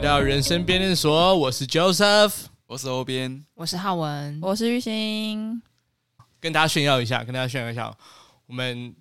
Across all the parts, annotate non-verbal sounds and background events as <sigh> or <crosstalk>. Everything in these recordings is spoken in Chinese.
到人生辩论所，我是 Joseph，我是欧边，我是浩文，我是玉兴，跟大家炫耀一下，跟大家炫耀一下，我们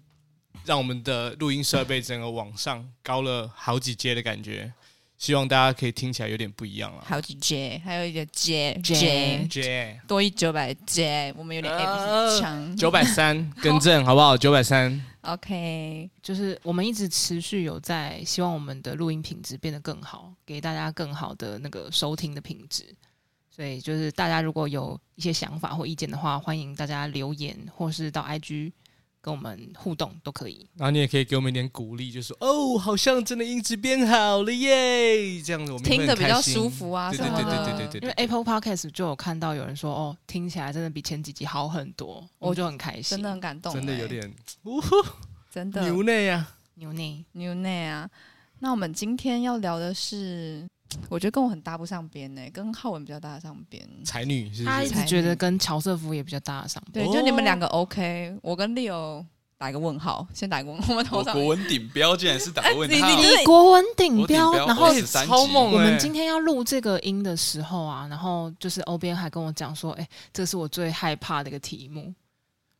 让我们的录音设备整个往上高了好几阶的感觉，希望大家可以听起来有点不一样啊了。还有 J，还有一个 J J 阶多一九百 J，我们有点 A 呃 B 强。九百 <laughs> 三更正好不好？九百三， OK，就是我们一直持续有在希望我们的录音品质变得更好，给大家更好的那个收听的品质。所以就是大家如果有一些想法或意见的话，欢迎大家留言或是到 IG 跟我们互动都可以。然后你也可以给我们一点鼓励，就说哦，好像真的音质变好了耶，这样子我们也会听得很比较开心舒服啊对什对么对对的。对对因为对 Apple Podcast 就有看到有人说哦，听起来真的比前几集好很多，我就很开心。嗯真的很感动、对，真的欸有点真的牛内啊。牛内，牛内啊。那我们今天要聊的是，我觉得跟我很搭不上边呢、跟浩文比较搭得上边。才女是不他一是？直觉得跟乔瑟夫也比较搭得上。对，就你们两个 OK，我跟 Leo 打一个问号，先打一个问号，我们头我上国文顶标竟然是打个问哎号你，以国文顶我顶标标，哦然后我13超集猛我欸们今天要录这个音的时候啊，然后就是欧边还跟我讲说，哎、这是我最害怕的一个题目。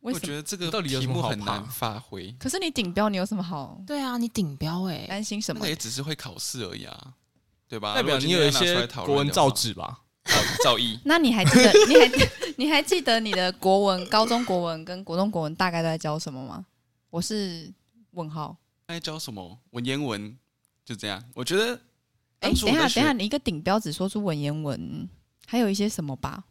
为我什觉么？得这个到底有题什么目好很怕难发挥，可是你顶标，你有什么好对啊，你顶标哎、担心什那么，个？也只是会考试而已啊，对吧？代表如你果今天有一要拿出些来讨论国文的话造纸吧？ <laughs> 造造诣那你还记得？ <laughs> 你还你还记得你的国文、高中国文跟国中国文大概都在教什么吗？我是问号。那教什么文言文，就这样。我觉得，哎、当初等一下，我在等一下，学你一个顶标只说出文言文，还有一些什么吧？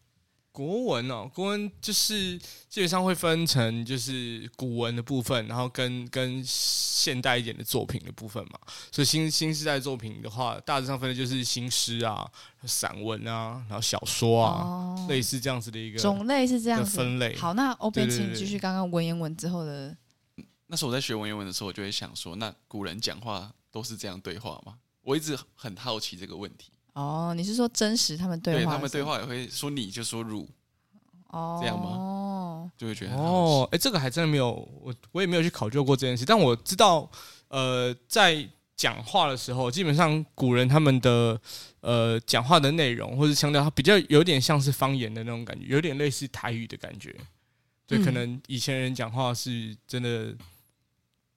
国文哦，国文就是基本上会分成就是古文的部分，然后跟跟现代一点的作品的部分嘛。所以新新时代作品的话，大致上分的就是新诗啊、散文啊，然后小说啊，哦类似这样子的一个种类是这样子的分类好，那欧边对对请对继续刚刚文言文之后的，那时候我在学文言文的时候，我就会想说，那古人讲话都是这样对话吗？我一直很好奇这个问题。哦，你是说真实他们对对话？他们对，话也会说你就说汝，哦，这样吗哦，就会觉得很好奇哦，哎、这个还真的没有，我我也没有去考究过这件事，但我知道，呃，在讲话的时候，基本上古人他们的呃讲话的内容或者腔调，它比较有点像是方言的那种感觉，有点类似台语的感觉。对，嗯可能以前人讲话是真的，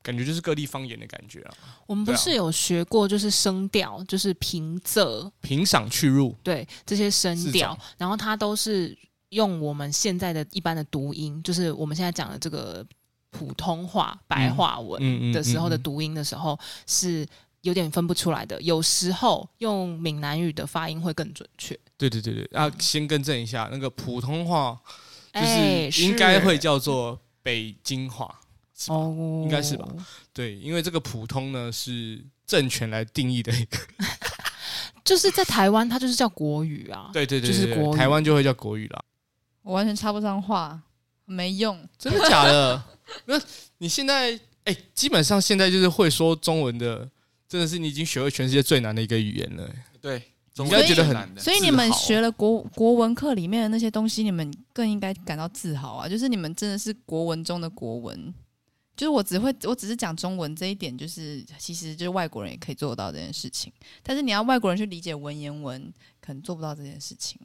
感觉就是各地方言的感觉啊。我们不对啊是有学过，就是声调，就是平仄，平赏去入，对这些声是啊调，然后它都是用我们现在的一般的读音，就是我们现在讲的这个普通话白话文。嗯嗯的时候的嗯嗯读音的时候是有点分不出来的，有时候用闽南语的发音会更准确。对对对对啊，先更正一下，那个普通话哎就是应该会是叫做北京话。哦，应该是吧对，因为这个普通呢是政权来定义的一个，就是在台湾，它就是叫国语啊。对对对就是对国语台湾就会叫国语啦。我完全插不上话，没用。真的假的？ <laughs> 那你现在哎、基本上现在就是会说中文的，真的是你已经学会全世界最难的一个语言了、哎对，你中应文该觉得是很难的。所以自你们豪学了国国文课里面的那些东西，你们更应该感到自豪啊！就是你们真的是国文中的国文。就是我只会，我只是讲中文这一点，就是其实就是外国人也可以做得到这件事情，但是你要外国人去理解文言文，可能做不到这件事情，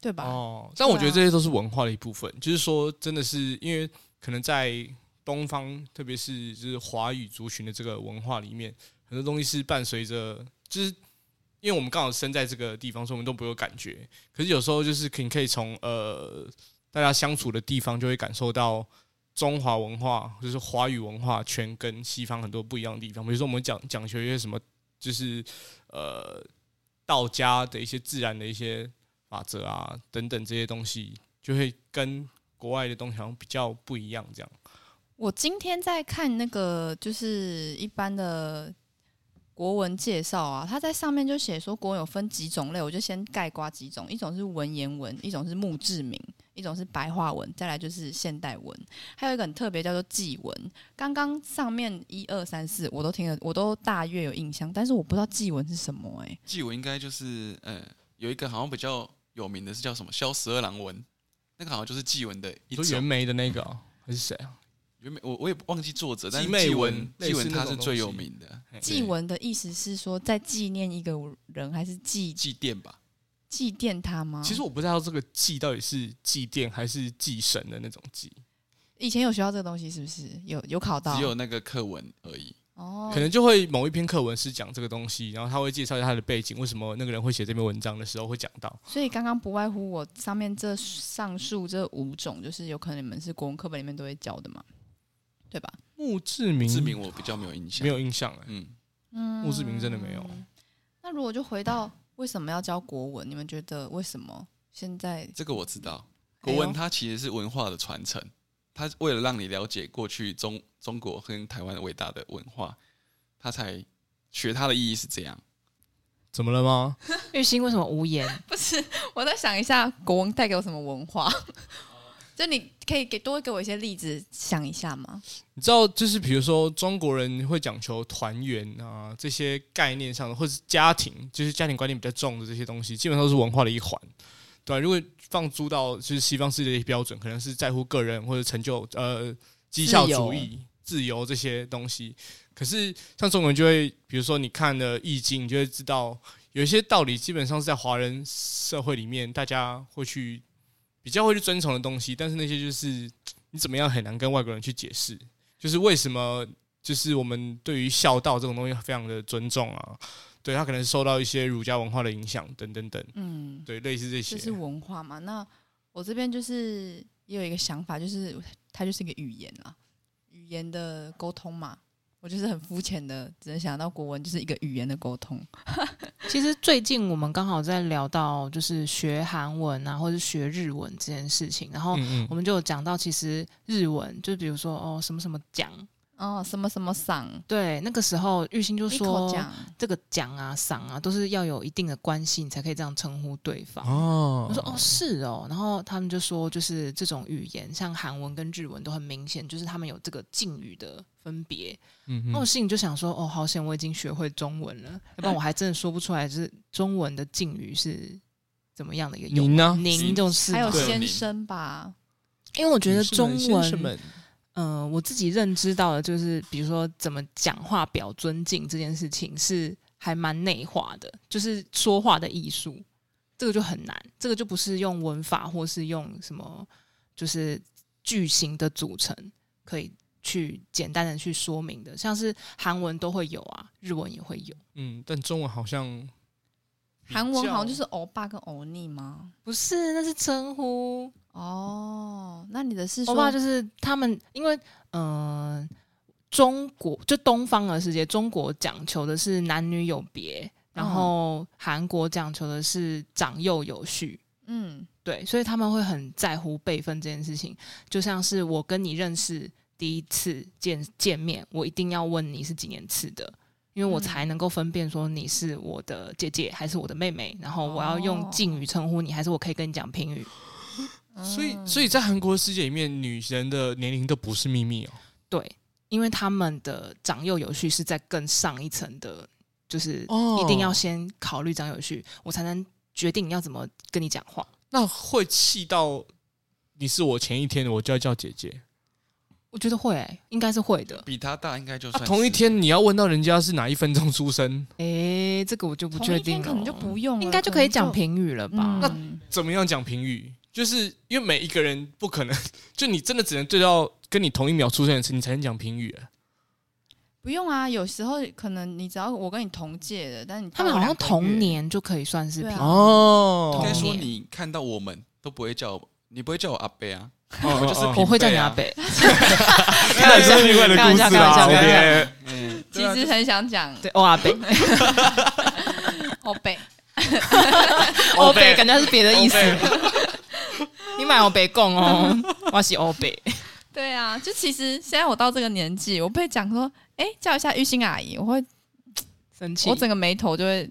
对啊吧？哦。但我觉得这些都是文化的一部分，就是说真的是因为可能在东方，特别是就是华语族群的这个文化里面，很多东西是伴随着就是。因为我们刚好生在这个地方，所以我们都不会有感觉。可是有时候就是可以可以从呃大家相处的地方，就会感受到中华文化，就是华语文化圈跟西方很多不一样的地方。比如说我们讲讲求一些什么，就是呃道家的一些自然的一些法则啊等等这些东西，就会跟国外的东西好像比较不一样。这样我今天在看那个就是一般的国文介绍啊，它在上面就写说国文有分几种类，我就先概括几种，一种是文言文，一种是墓志铭，一种是白话文，再来就是现代文，还有一个很特别叫做祭文。刚刚上面一二三四我都听了，我都大约有印象，但是我不知道祭文是什么哎、祭文应该就是呃，有一个好像比较有名的是叫什么萧十二郎文，那个好像就是祭文的一你说袁种。枚的那个哦、还是谁啊？原本我我也忘记作者，但是纪妹纪文文类纪似文那他种是东最有西名的嘿祭文的意思是说在纪念一个人，还是祭祭奠吧，祭奠他吗？其实我不知道这个祭到底是祭奠还是祭神的那种祭，以前有学到这个东西，是不是有有考到？只有那个课文而已。哦，可能就会某一篇课文是讲这个东西，然后他会介绍一下他的背景，为什么那个人会写这篇文章的时候会讲到。所以刚刚不外乎我上面这上述这五种，就是有可能你们是国文课本里面都会教的嘛，对吧？墓志铭，志明我比较没有印象，没有印象哎、嗯，嗯墓志铭真的没有。那如果就回到为什么要教国文，你们觉得为什么现在这个我知道。哎国呦文它其实是文化的传承，它是为了让你了解过去中中国跟台湾伟大的文化，它才学它的意义是这样。怎么了吗？玉兴为什么无言？ <laughs> <laughs> 不是，我在想一下国文带给我什么文化。 <laughs> 就你可以给多给我一些例子，想一下吗？你知道，就是比如说中国人会讲求团圆啊，这些概念上的，或是家庭，就是家庭观念比较重的这些东西，基本上都是文化的一环。对啊、如果放诸到就是西方世界的标准，可能是在乎个人或者成就，呃，绩效主义、自由这些东西。可是像中国人就会，比如说你看了《易经》，你就会知道有一些道理，基本上是在华人社会里面大家会去比较会去遵从的东西，但是那些就是你怎么样很难跟外国人去解释，就是为什么就是我们对于孝道这种东西非常的尊重啊，对他可能受到一些儒家文化的影响等等等，嗯，对，类似这些这，是文化嘛。那我这边就是也有一个想法，就是它就是一个语言啦，语言的沟通嘛。我就是很肤浅的，只能想到国文就是一个语言的沟通。其实最近我们刚好在聊到就是学韩文啊，或者是学日文这件事情，然后嗯我们就有讲到，其实日文就比如说哦什么什么奖，哦，什么什么赏，对，那个时候玉兴就一口说讲，这个奖啊、赏啊都是要有一定的关系，你才可以这样称呼对方。哦我说哦是哦，然后他们就说就是这种语言，像韩文跟日文都很明显，就是他们有这个敬语的分别。嗯那我心里就想说，哦，好险，我已经学会中文了，要不然我还真的说不出来，就是中文的敬语是怎么样的一个你用法。呢？您就是吧，还有对先你生吧，因为我觉得女士们中先生文，们嗯、我自己认知到的就是，比如说怎么讲话表尊敬这件事情是还蛮内化的，就是说话的艺术，这个就很难，这个就不是用文法或是用什么就是句型的组成可以去简单的去说明的，像是韩文都会有啊，日文也会有。嗯，但中文好像比韩文好像就较是欧巴跟欧尼吗？不是，那是称呼。哦，那你的是欧说巴就是他们，因为嗯、呃中国就东方的世界，中国讲求的是男女有别，嗯然后韩国讲求的是长幼有序。嗯，对，所以他们会很在乎辈分这件事情，就像是我跟你认识第一次见见面，我一定要问你是几年次的，因为我嗯才能够分辨说你是我的姐姐还是我的妹妹，然后我要哦用敬语称呼你，还是我可以跟你讲平语。嗯所嗯以，所以在韩国的世界里面，女人的年龄都不是秘密哦。对，因为他们的长幼有序是在更上一层的，就是哦一定要先考虑长幼有序，我才能决定要怎么跟你讲话。那会气到你是我前一天的，我就要叫姐姐。我觉得会、欸，应该是会的。比他大应该就啊算、，同一，天你要问到人家是哪一分钟出生，诶、这个我就不同确一定天了，可能就不用了，应该就可以讲评语了吧？吧。那嗯怎么样讲评语？就是因为每一个人不可能， <laughs> 就你真的只能对到跟你同一秒出生的人，你才能讲评语。啊不用啊，有时候可能你只要我跟你同届的，但你他们好像大我两个月同，年就可以算是对评啊语，哦应该同说年你看到我们都不会叫我，你不会叫我阿贝啊， <laughs> 哦就是哦我会叫你平辈啊阿北，那也是另外的故事开啦。玩笑开玩笑我开别嗯，啊其实很想讲对，欧阿北， <laughs> 欧北，欧北北感觉是别的意思。你买欧北贡哦，我是欧北，对啊，就其实现在我到这个年纪，我被讲说，哎，叫一下玉兴阿姨，我会生气我。整个眉头就会，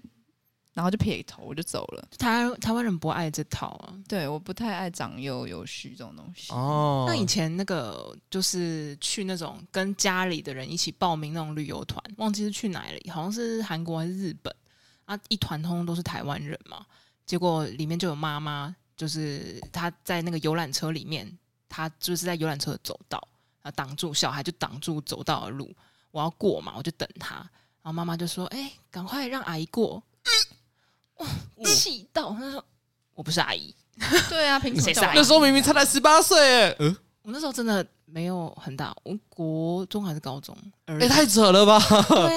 然后就撇头，我就走了。台台湾人不爱这套啊，对，我不太爱长幼有序这种东西。哦那以前那个就是去那种跟家里的人一起报名那种旅游团，忘记是去哪里，好像是韩国还是日本啊，一团通通都是台湾人嘛。结果里面就有妈妈，就是她在那个游览车里面，她就是在游览车的走道，然后挡住小孩就挡住走道的路，我要过嘛，我就等他。然后妈妈就说：“哎、赶快让阿姨过。哇，气到他说：“我不是阿姨。对啊，凭什么谁叫我晒阿姨？那时候明明他才十八岁，哎，嗯，”我那时候真的没有很大，我国中还是高 <laughs> 中而已。哎，太扯了吧？对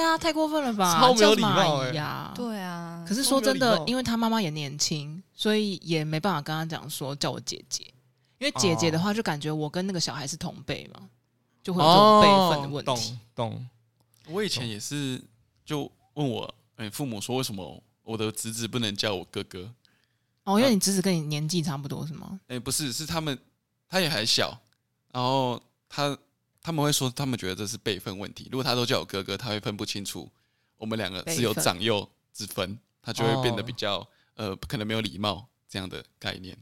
<laughs> 啊，太过分了吧？超没有叫礼什么貌阿欸姨呀、对啊，可是超说没有真礼的貌，因为他妈妈也年轻，所以也没办法跟他讲说叫我姐姐，因为姐哦姐的话就感觉我跟那个小孩是同辈嘛，就会有这种辈分的问题。哦懂懂，我以前也是，就问我，哎、父母说为什么我的侄子不能叫我哥哥？哦，嗯因为你侄子跟你年纪差不多是吗？哎、不是，是他们，他也还小，然后他他们会说，他们觉得这是辈分问题。如果他都叫我哥哥，他会分不清楚我们两个是有辈分长幼之分，他就会变得哦比较、呃，可能没有礼貌这样的概念，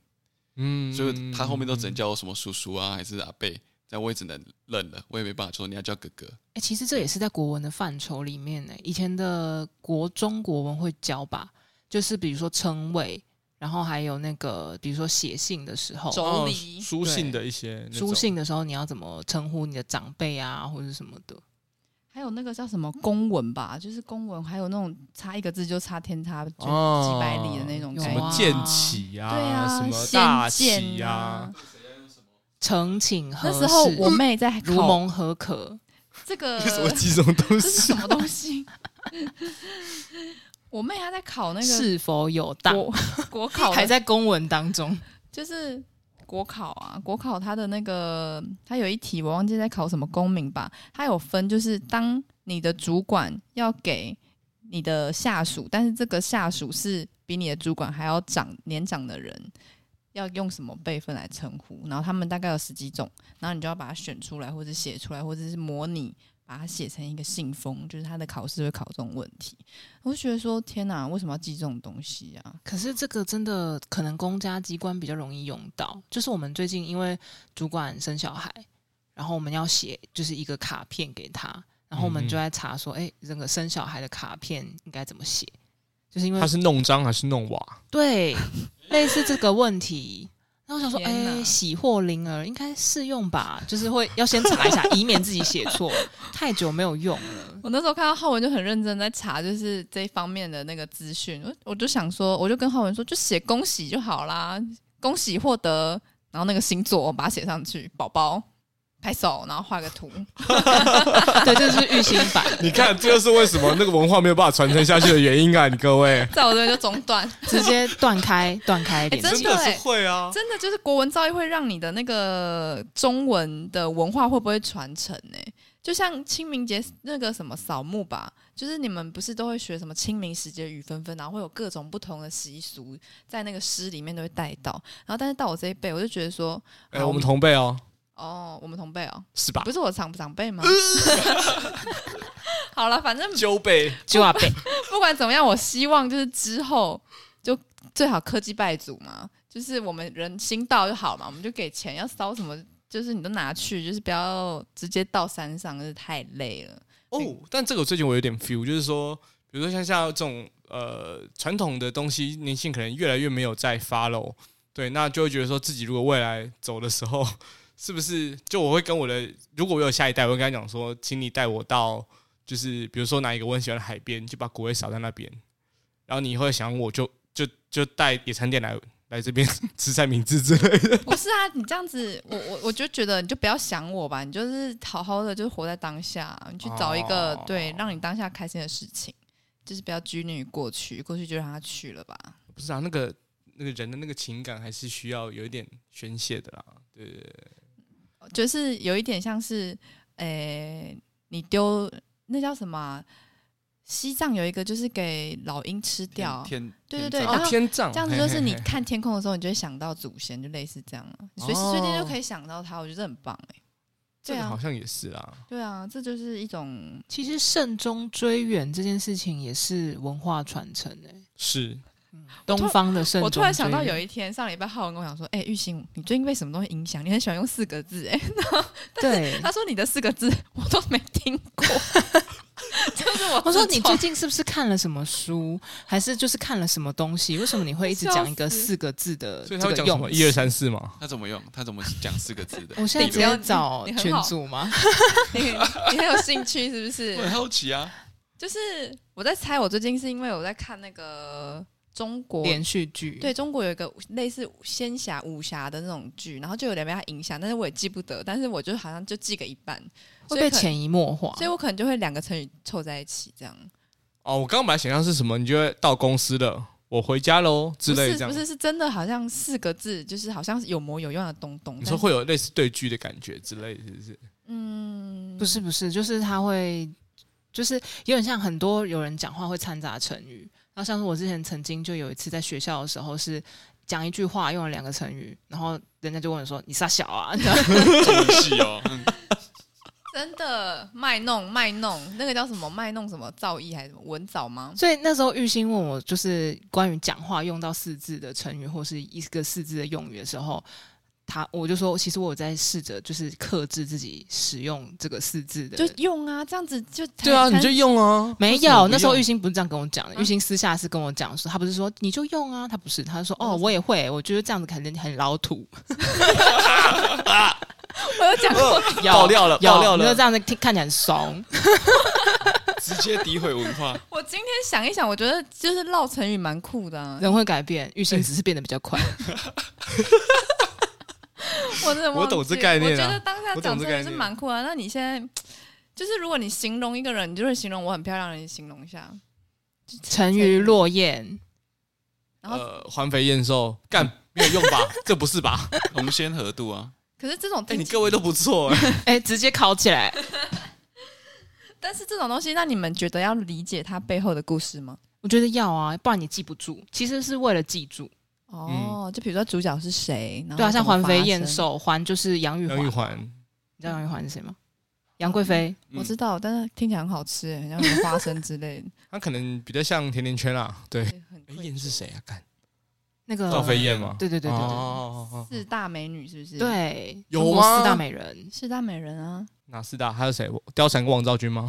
嗯所以他后面都只能叫我什么叔叔啊，还是阿贝，这样我也只能认了，我也没办法说你要叫哥哥。哎、其实这也是在国文的范畴里面欸呢、以前的国中国文会教吧，就是比如说称谓，然后还有那个比如说写信的时候，妯哦娌书信的一些那种嗯书信的时候你要怎么称呼你的长辈啊，或者什么的。还有那个叫什么公文吧，就是公文，还有那种差一个字就差天差就哦几百里的那种有什概啊念么剑起呀，对啊，什么仙大啊剑啊起呀，诚请和那事，时候我妹在如考蒙和可，这个呃记这种东 <laughs> 这 <laughs> 是什么东西？我妹她在考那个是否有当，国国考的，还在公文当中。就是国考啊，国考它的那个，它有一题我忘记在考什么公民吧，它有分，就是当你的主管要给你的下属，但是这个下属是比你的主管还要长年长的人。要用什么辈分来称呼？然后他们大概有十几种，然后你就要把它选出来，或者写出来，或者是模拟，把它写成一个信封。就是他的考试会考这种问题，我就觉得说天哪，为什么要记这种东西啊？ <laughs> 可是这个真的可能公家机关比较容易用到，就是我们最近因为主管生小孩，然后我们要写就是一个卡片给他，然后我们嗯就在查说，哎、那个生小孩的卡片应该怎么写？就是因为他是弄脏还是弄瓦？对 <laughs> 类似这个问题。那我想说，哎、天哪喜获麟儿应该适用吧？就是会要先查一下，以免自己写错。太久没有用了，我那时候看到浩文就很认真在查，就是这一方面的那个资讯，我我就想说，我就跟浩文说，就写恭喜就好啦，恭喜获得，然后那个星座我把它写上去，宝宝拍手，然后画个图，啊对，这是玉兴 <laughs> 版。 <laughs> 你看，这就是为什么那个文化没有办法传承下去的原因啊！你各位，在我这边就中断，直接断开，断开哎连接。真的欸会啊，真的就是国文造诣会让你的那个中文的文化会不会传承呢、就像清明节那个什么扫墓吧，就是你们不是都会学什么清明时节雨纷纷，然后会有各种不同的习俗在那个诗里面都会带到。然后但是到我这一辈，我就觉得说，哎、啊我们同辈哦，哦，我们同辈哦，是 <laughs> 吧不？是我长长辈 <laughs> 吗？ <laughs> 好了，反正九辈，就啊贝，不管怎么样，我希望就是之后就最好科技拜祖嘛，就是我们人心到就好嘛，我们就给钱，要烧什么就是你都拿去，就是不要直接到山上，就是太累了。 <laughs> 哦，但这个最近我有点 feel，就是说，比如说像像这种呃传统的东西，年轻人可能越来越没有在 follow，对，那就会觉得说自己如果未来走的时候， <laughs> 是不是就我会跟我的，如果我有下一代，我会跟他讲说，请你带我到，就是比如说哪一个我很喜欢的海边，就把骨灰撒在那边，然后你会想我就就就带野餐店来来这边吃三明治之类的，不是啊，你这样子，我我我就觉得你就不要想我吧，你就是好好的，就是活在当下，你去找一个、哦对让你当下开心的事情，就是不要拘泥于过去，过去就让它去了吧。 <laughs> 不是啊，那个那个人的那个情感还是需要有一点宣泄的啦，对对对，就是有一点像是，诶、你丢那叫什么啊、西藏有一个就是给老鹰吃掉，天，对天对对长然后哦，天葬这样子就是你嘿嘿嘿看天空的时候，你就会想到祖先，就类似这样啊，你随时随地就可以想到它，我觉得很棒哎、这对个好啊，像也是啊，对啊，这就是一种其实慎终追远这件事情也是文化传承诶、是东方的慎终我突然想到有一一天，上礼拜浩文跟我讲说：“哎、玉兴，你最近被什么东西影响？你很喜欢用四个字、哎，对他说你的四个字我都没听过，就是我说你最近是不是看了什么书，还是就是看了什么东西？为什么你会一直讲一个笑死四个字呃的所这以他会个讲什用么词一二？三四嘛？ <laughs> 他怎么用？他怎么讲四 <laughs> 个字的？我现在你直不要接找你你很群好主吗？你你很有兴趣是不是 <laughs> 我？很好 <laughs> 奇啊，就是我在猜，我最近是因为我在看那个中国连续剧对中国有一个类似仙侠武侠的那种剧，然后就有点被它影响，但是我也记不得，但是我就好像就记个一半，会所以被可能，潜移默化，所以我可能就会两个成语凑在一起这样。哦，我刚刚本来想象是什么，你就会到公司了，我回家喽之类的这不是样不。是是真的，好像四个字，就是好像是有模有样的东东。你说会有类似对句的感觉之类的，是不是？但是？嗯，不是不是，就是他会，就是有点像很多有人讲话会掺杂成语。然后像是我之前曾经就有一次在学校的时候是讲一句话用了两个成语，然后人家就问我说：“你傻小啊？” <laughs> 中文系哦，嗯真的卖弄卖弄，那个叫什么卖弄什么造诣还是什么文藻吗？所以那时候玉兴问我，就是关于讲话用到四字的成语或是一个四字的用语的时候，他我就说，其实我有在试着就是克制自己使用这个四字的。就用啊，这样子就对啊，才你就用啊。没为什么不有，用嗯那时候玉兴不是这样跟我讲的，啊玉兴私下是跟我讲说，他不是说你就用啊，他不是，他就说我哦，说我也会，我觉得这样子肯定很老土， <laughs> 我 <laughs> <laughs> 有讲过，有爆料了有呃爆料了嗯你 <laughs> 就这样子听看起来很怂，直接诋毁文 <laughs> 化，我今天想一想，我觉得就是绕成语蛮酷 <laughs> 的、啊。人会改变，玉兴只是变得比较快。我真的忘记我懂这概念啊我觉得当下我懂讲这真概的念是蛮酷啊。那你现在就是如果你形容一个人，你就是形容我很漂亮的人，你形容一下。沉鱼落 <laughs> 雁，然后，呃，环肥燕瘦，干没有用吧？ <laughs> 这不是 <laughs> 吧？红仙合度啊，可是这种哎，听你起，各位都不错哎。哎、直接考起来。但是这种东西，那你们觉得要理解它背后的故事吗？我觉得要啊，不然你记不住。其实是为了记住，嗯哦，就比如说主角是谁，然后对啊，像怎么环肥发燕生，瘦，环就是杨玉 <laughs> 环，杨玉环，你知道杨玉环是谁吗？杨贵妃，嗯我知道，但是听起来很好吃，欸很像什么花生之类的。他可能比较像甜甜圈啦。对，很哎贵 <laughs> 燕是谁啊？干那呃个赵飞燕吗？对对对对对哦哦哦哦哦四大美女是不是？，对，有中国吗四大美人，四大美人啊，哪四大？还有谁？貂蝉跟王兆军吗？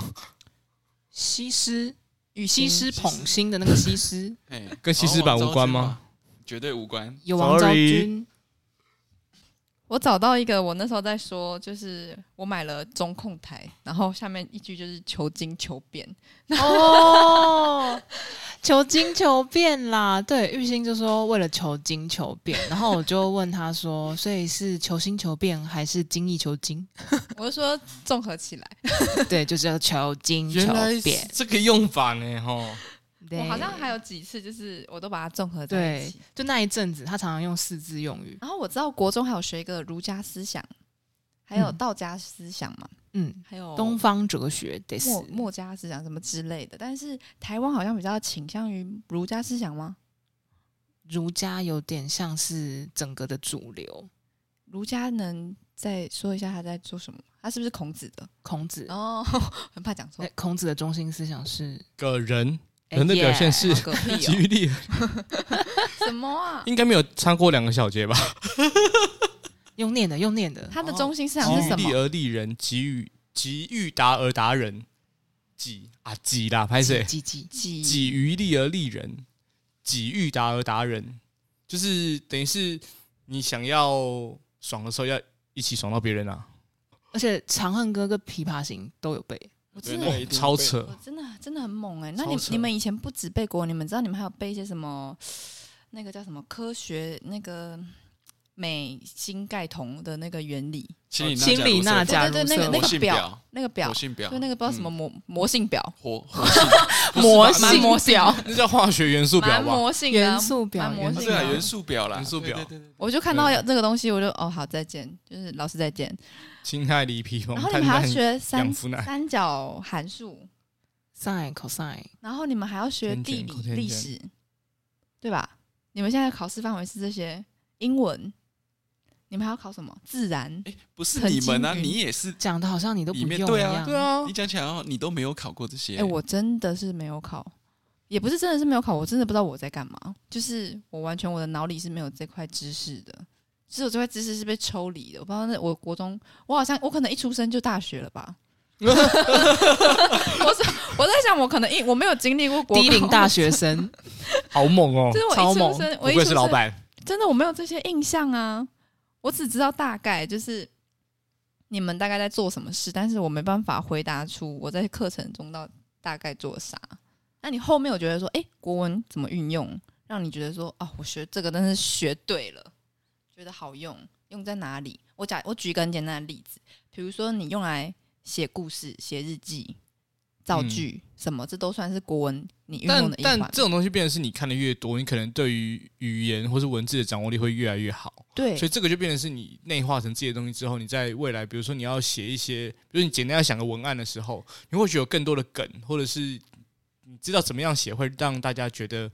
西施，与西施捧心的那个西施，哎，哦跟西施版无关好像王吗？昭君吧？绝对无关，有王昭君，我找到一个，我那时候在说，就是我买了中控台，然后下面一句就是求精求变， <laughs> 哦， <laughs> 求精求变啦。对，玉兴就说为了求精求变，然后我就问他说，所以是求新求变还是精益求精？我就说综合起来， <laughs> 对，就是要求精求原来是变。这个用法呢，吼，对我好像还有几次就是我都把它综合在一对起。，就那一阵子，他常常用四字用语。然后我知道国中还有学一个儒家思想，还有嗯道家思想嘛，嗯，还有东方哲学得是哦墨墨家思想什么之类的。但是台湾好像比较倾向于儒家思想吗？儒家有点像是整个的主流。儒家能再说一下他在做什么？他是不是孔子的？孔子，哦， <laughs> 很怕讲错哎。孔子的中心思想是个人哎人的表现 yeah，是个哦 <laughs> 屁记忆力什么啊？应该没有超过两个小节吧？用念的，用念的。哦他的中心思想是己什欲立么？而立人，己欲己欲达而达人，己啊己啦，拍谁？几几？己己于利而利人，己欲达而达人，就是等于是你想要爽的时候，要一起爽到别人啊！而且《长恨歌》跟《琵琶行》都有背。我对真那的个哇一定超被扯我！真的真的很猛哎、那超你扯你们以前不止背国文，你们知道你们还有背一些什么？那个叫什么科学？那个镁锌钙铜的那个原理？心心理理那那假如对对对，那哦个那活个性表表，那个表活，性表，就那个不知道什么嗯魔魔性表，活活性，不是吧魔那性魔性表那叫化学元素表蛮吧？魔性的啊元。素表蛮，魔元性素对啊，的元素表啦，元素表对对对对我就看到有这个东西，我就哦好再见，就是老师再见。氢氦锂铍硼然后你碳们还要氮学三氧氟氖三角函数， sin、cosine。然后你们还要学天地卷理口天、卷历史，对吧？你们现在考试范围是这些，英文，你们还要考什么？自然，哎，不是曾你们啊，经云你也是，讲的好像你都不用一里面样，对啊对啊 <laughs> 你，讲起来哦，你都没有考过这些。哎、我真的是没有考，也不是真的是没有考，我真的不知道我在干嘛，就是我完全我的脑里是没有这块知识的，只有这块知识是被抽离的。我不知道那我国中，我好像我可能一出生就大学了吧？我是 <laughs> 我在想，我可能一我没有经历过国低龄高大，学 <laughs> 生，好猛哦就！是我超一出猛生，不我一愧出是生老板，真的我没有这些印象啊，我只知道大概就是你们大概在做什么事，但是我没办法回答出我在课程中到大概做啥。那你后面我觉得说，诶，国文怎么运用，让你觉得说，啊，我学这个真是学对了，觉得好用，用在哪里？我讲，我举一个很简单的例子，比如说你用来写故事、写日记、造嗯句、什么，这都算是国文你运但用的一但环这种东西变成是你看的越多，你可能对于语言或是文字的掌握力会越来越好。对所以这个就变成是你内化成这些东西之后，你在未来，比如说你要写一些，比如你简单要想个文案的时候，你或许有更多的梗，或者是你知道怎么样写会让大家觉得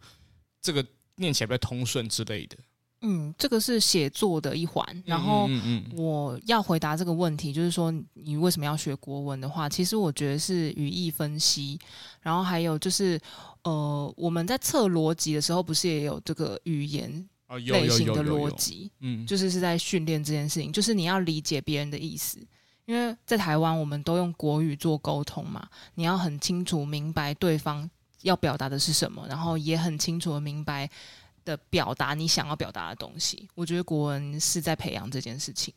这个念起来比较通顺之类的。嗯，这个是写作的一环。然后嗯嗯嗯我要回答这个问题，就是说你为什么要学国文的话，其实我觉得是语义分析，然后还有就是呃，我们在测逻辑的时候，不是也有这个语言哦，有类有型有的有逻有，辑，嗯，就是是在训练这件事情，就是你要理解别人的意思。因为在台湾，我们都用国语做沟通嘛，你要很清楚明白对方要表达的是什么，然后也很清楚的明白的表达你想要表达的东西。我觉得国文是在培养这件事情。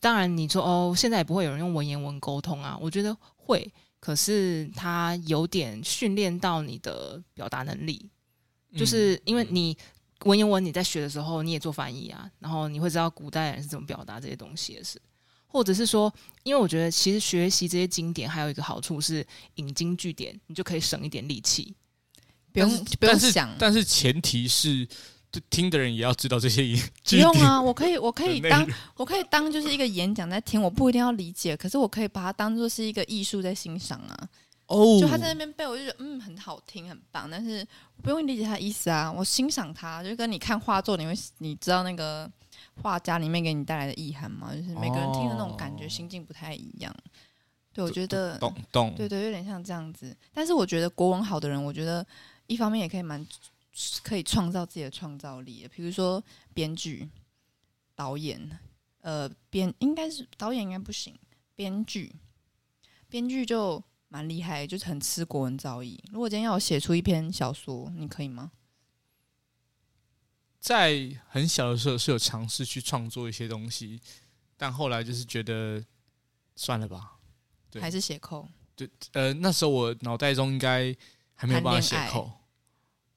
当然，你说哦，现在也不会有人用文言文沟通啊，我觉得会，可是它有点训练到你的表达能力，嗯就是因为你文言文你在学的时候，你也做翻译啊，然后你会知道古代人是怎么表达这些东西的是，或者是说，因为我觉得其实学习这些经典还有一个好处是引经据典，你就可以省一点力气。不用但是不用但是想，但是前提是，就听的人也要知道这些不句用点。啊，我可以，我可以的内当容，我可以当就是一个演讲在听，我不一定要理解，可是我可以把它当做是一个艺术在欣赏啊。哦就他在那边背，我就觉得嗯很好听，很棒，但是我不用理解他的意思啊，我欣赏他，就跟你看画作，你会你知道那个画家里面给你带来的意涵吗？就是每个人听的那种感觉、哦心境不太一样。对，我觉得懂懂，对对，有点像这样子。但是我觉得国文好的人，我觉得一方面也可以蛮可以创造自己的创造力的，比如说编剧、导演，呃，编应该是导演应该不行，编剧，编剧就蛮厉害，就是很吃国文造诣。如果今天要我写出一篇小说，你可以吗？在很小的时候是有尝试去创作一些东西，但后来就是觉得算了吧。对还是写扣？呃，那时候我脑袋中应该还没有办法写扣，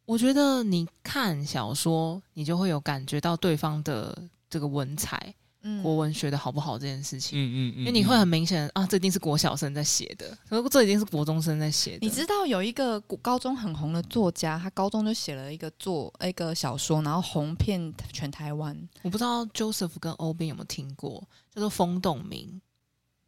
我觉得你看小说，你就会有感觉到对方的这个文采、嗯国文学的好不好这件事嗯情。嗯嗯，因为你会很明显啊，这一定是国小生在写的，如果这一定是国中生在写的。你知道有一个古高中很红的作家，他高中就写了一个作一个小说，然后红遍全台湾。我不知道 Joseph 跟欧边有没有听过，叫做风洞明，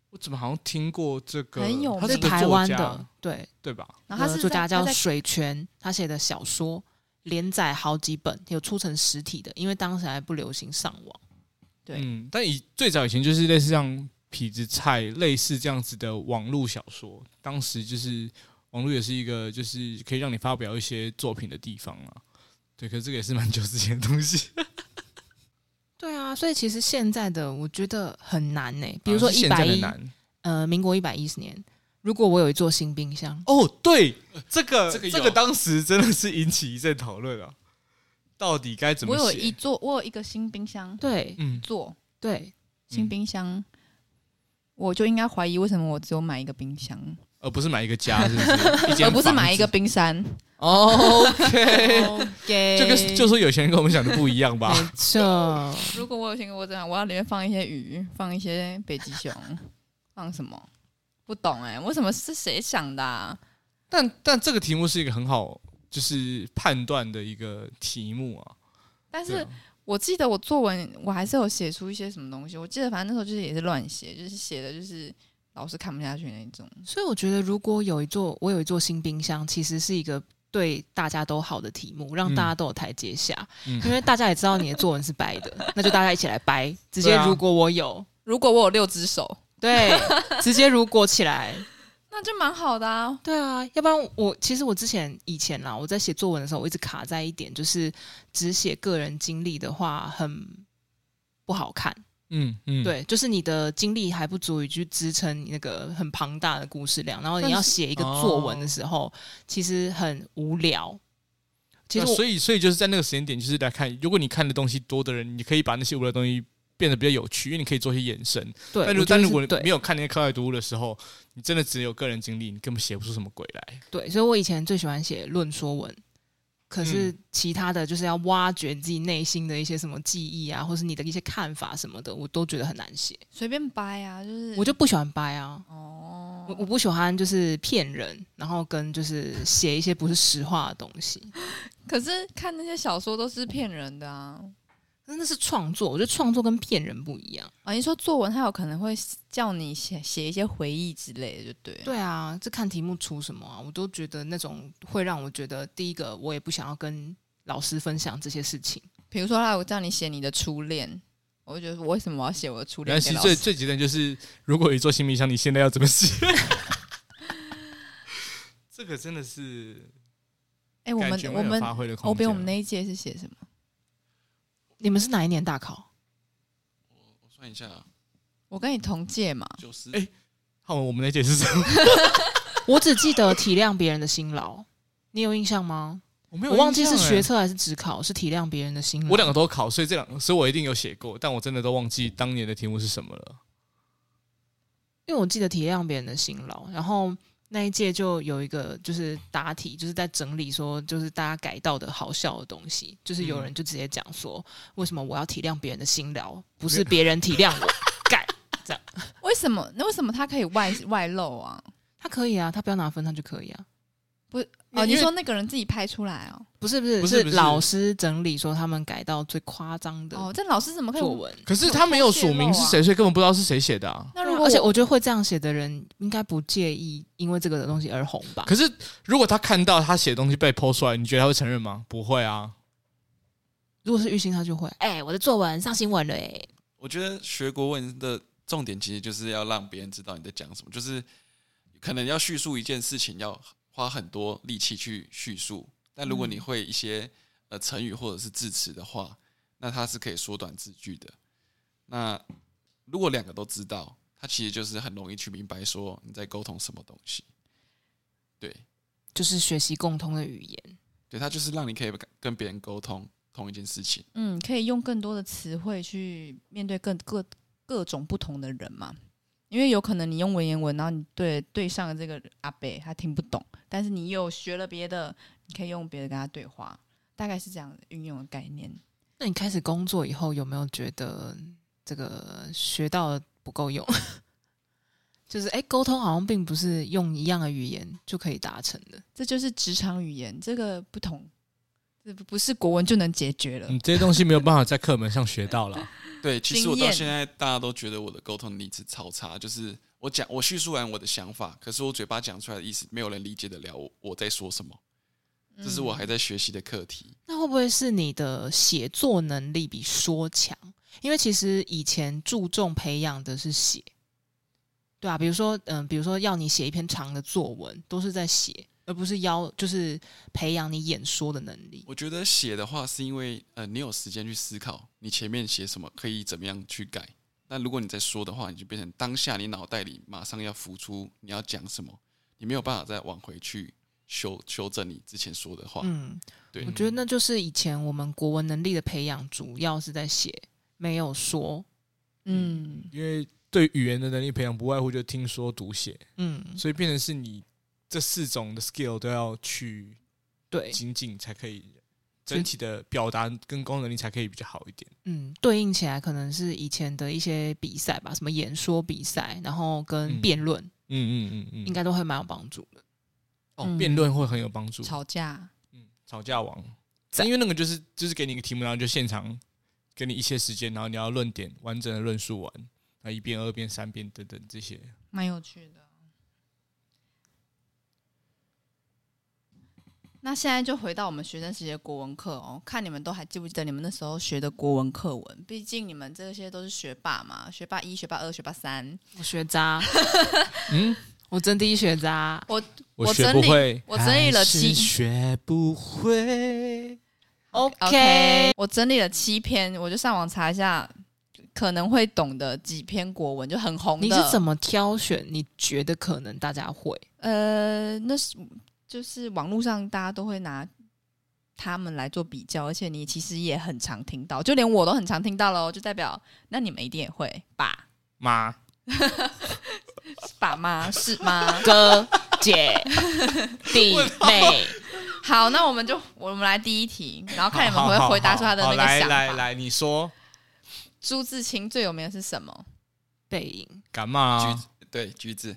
我怎么好像听过这个？很有他名是是个台作湾家的，对，对吧？然后他有是作家在他叫在水泉，他写的小说连载好几本，有出成实体的，因为当时还不流行上网。对嗯，但以最早以前就是类似像痞子蔡类似这样子的网络小说，当时就是网络也是一个就是可以让你发表一些作品的地方啊。对，可是这个也是蛮久之前的东西。对啊，所以其实现在的我觉得很难呢、比如说啊 <laughs> 好像是一现在百的一，难呃，民国一百一十年，如果我有一座新冰箱，哦，对，这个这个有这个当时真的是引起一阵讨论啊，到底该怎么我有写一座，我有一个新冰箱对嗯，做 <laughs> 对，新冰箱，我就应该怀疑为什么我只有买一个冰箱，而不是买一个 <laughs> 家，是不是？一间而不是房买一子个冰山。哦 OK， OK，就跟就说有钱人跟我们想的不一样吧。没错，如果我有钱给我这样，我要里面放一些鱼，放一些北极熊，放什么？不懂哎、为什么是谁想的、啊？但但这个题目是一个很好就是判断的一个题目啊。但对是啊我记得我作文我还是有写出一些什么东西，我记得反正那时候就是也是乱写，就是写的就是老师看不下去那种。所以我觉得，如果有一座我有一座新冰箱，其实是一个对大家都好的题目，让嗯大家都有台阶下，嗯因为大家也知道你的作文是掰的，那就大家一起来掰。直接对啊如果我有，如果我有六只手，对，直接如果 <laughs> 起来，那就蛮好的啊。对啊，要不然我其实我之前以前啦，我在写作文的时候，我一直卡在一点，就是只写个人经历的话，很不好看。嗯嗯，，对，就是你的精力还不足以去支撑你那个很庞大的故事量，然后但你是要写一个作文哦的时候，其实很无聊。其实那我所以所以就是在那个时间点，就是来看，如果你看的东西多的人，你可以把那些无聊的东西变得比较有趣，因为你可以做一些延伸。对，但如我觉得但是如果对没有看那些课外读物的时候，你真的只有个人经历，你根本写不出什么鬼来。对，所以我以前最喜欢写论说文，可是嗯其他的就是要挖掘自己内心的一些什么记忆啊，或是你的一些看法什么的，我都觉得很难写，随便掰啊，就是我就不喜欢掰啊。哦，我我不喜欢就是骗人，然后跟就是写一些不是实话的东西，可是看那些小说都是骗人的啊。真的是创作。我觉得创作跟骗人不一样。啊，你说作文，它有可能会叫你写写一些回忆之类的，就对。，对啊，这看题目出什么啊，我都觉得那种会让我觉得，第一个我也不想要跟老师分享这些事情。比如说他有叫你写你的初恋，我就觉得我为什么要写我的初恋但其给实老最师？最极端哎就是，如果有一座新冰箱，你现在要怎么写？ <laughs> 这个真的是哎、我感觉们没我有们发挥的空间。啊欧比我们那一届是写什么？你们是哪一年大考？我算一下啊，我跟你同届嘛，九十，哎好，我们那届是什么？ <laughs> 我只记得体谅别人的辛劳，你有印象吗？我没有，欸我忘记是学。测还是职考，是体谅别人的辛劳。我两个都考，所以这两个，所以我一定有写过，但我真的都忘记当年的题目是什么了。因为我记得体谅别人的辛劳，然后那一届就有一个就是答题，就是在整理说，就是大家改到的好笑的东西，就是有嗯人就直接讲说，为什么我要体谅别人的辛劳，不是别人体谅我 <laughs> 改。为什么？那为什么他可以外外露啊？他可以啊，他不要拿分，他就可以啊。哦，因你为说那个人自己拍出来哦？不是不是不是是不是老师整理说他们改到最夸张的哦，这老师怎么可以作文。可是他没有署名是谁，所以根本不知道是谁写的啊。那如果而且我我觉得会这样写的人，应该不介意因为这个东西而红吧？可是如果他看到他写的东西被剖出来，你觉得他会承认吗？不会啊。如果是玉兴，他就会，哎、我的作文上新闻了、哎，我觉得学国文的重点其实就是要让别人知道你在讲什么，就是可能要叙述一件事情，要花很多力气去叙述。但如果你会一些呃成语或者是字词的话，那它是可以缩短字句的。那如果两个都知道，它其实就是很容易去明白说你在沟通什么东西。对，就是学习共通的语言。对，它就是让你可以跟别人沟通同一件事情。嗯，可以用更多的词汇去面对更各各种不同的人嘛。因为有可能你用文言文，然后你对对上的这个阿北他听不懂，但是你又学了别的，你可以用别的跟他对话，大概是这样运用的概念。那你开始工作以后，有没有觉得这个学到的不够用？ <laughs> 就是哎，沟、通好像并不是用一样的语言就可以达成的。这就是职场语言，这个不同，这不是国文就能解决了。嗯，这些东西没有办法在课本上学到了。对，其实我经到验现在大家都觉得我的沟通能力是超差，就是我讲我叙述完我的想法，可是我嘴巴讲出来的意思，没有人理解得了我我在说什么，这是我还在学习的课题。那会不会是你的写作能力比说强？因为其实以前注重培养的是写，对啊，比如说，嗯、比如说要你写一篇长的作文，都是在写，而不是要就是培养你演说的能力。我觉得写的话，是因为呃，你有时间去思考你前面写什么，可以怎么样去改。那如果你在说的话，你就变成当下你脑袋里马上要浮出你要讲什么，你没有办法再往回去修修正你之前说的话。嗯，对我觉得那就是以前我们国文能力的培养，主要是在写，没有说。嗯， <laughs> 因为对语言的能力培养不外乎就听说读写，嗯，所以变成是你这四种的 skill 都要去对，精进，才可以所以整体的表达跟功能力才可以比较好一点。嗯，对应起来可能是以前的一些比赛吧，什么演说比赛，然后跟嗯辩论，嗯嗯嗯嗯，应该都会蛮有帮助的。哦嗯，辩论会很有帮助。吵架，嗯，吵架王，赞因为那个就是就是给你一个题目，然后就现场给你一些时间，然后你要论点完整的论述完，那一遍、二遍、三遍等等这些。蛮有趣的。那现在就回到我们学生时期的国文课哦，看你们都还记不记得你们那时候学的国文课文？毕竟你们这些都是学霸嘛，学霸一、学霸二、学霸三。我学渣，嗯，我真的学渣，我学整不理会，我整理了还是七学不会。 OK 我整理了七篇，我就上网查一下可能会懂的几篇国文就很红的。你是怎么挑选？你觉得可能大家会？呃，那是就是网络上大家都会拿他们来做比较，而且你其实也很常听到，就连我都很常听到喽，就代表那你们一定也会吧？妈，爸妈是吗？ <laughs> 哥、 <laughs> 姐、弟、妹，好，那我们就我们来第一题，然后看你们好会好回答出他的那好个好来想法。来来，你说朱自清最有名的是什么？背影，干嘛嗯橘啊？子对橘子，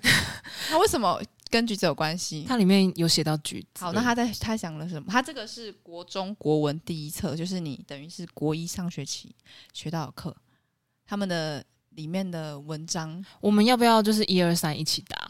他为什么跟橘子有关系？它里面有写到橘子，好，那他在他想了什么？他这个是国中国文第一册，就是你等于是国一上学期学到的课，他们的里面的文章。我们要不要就是一二三一起答？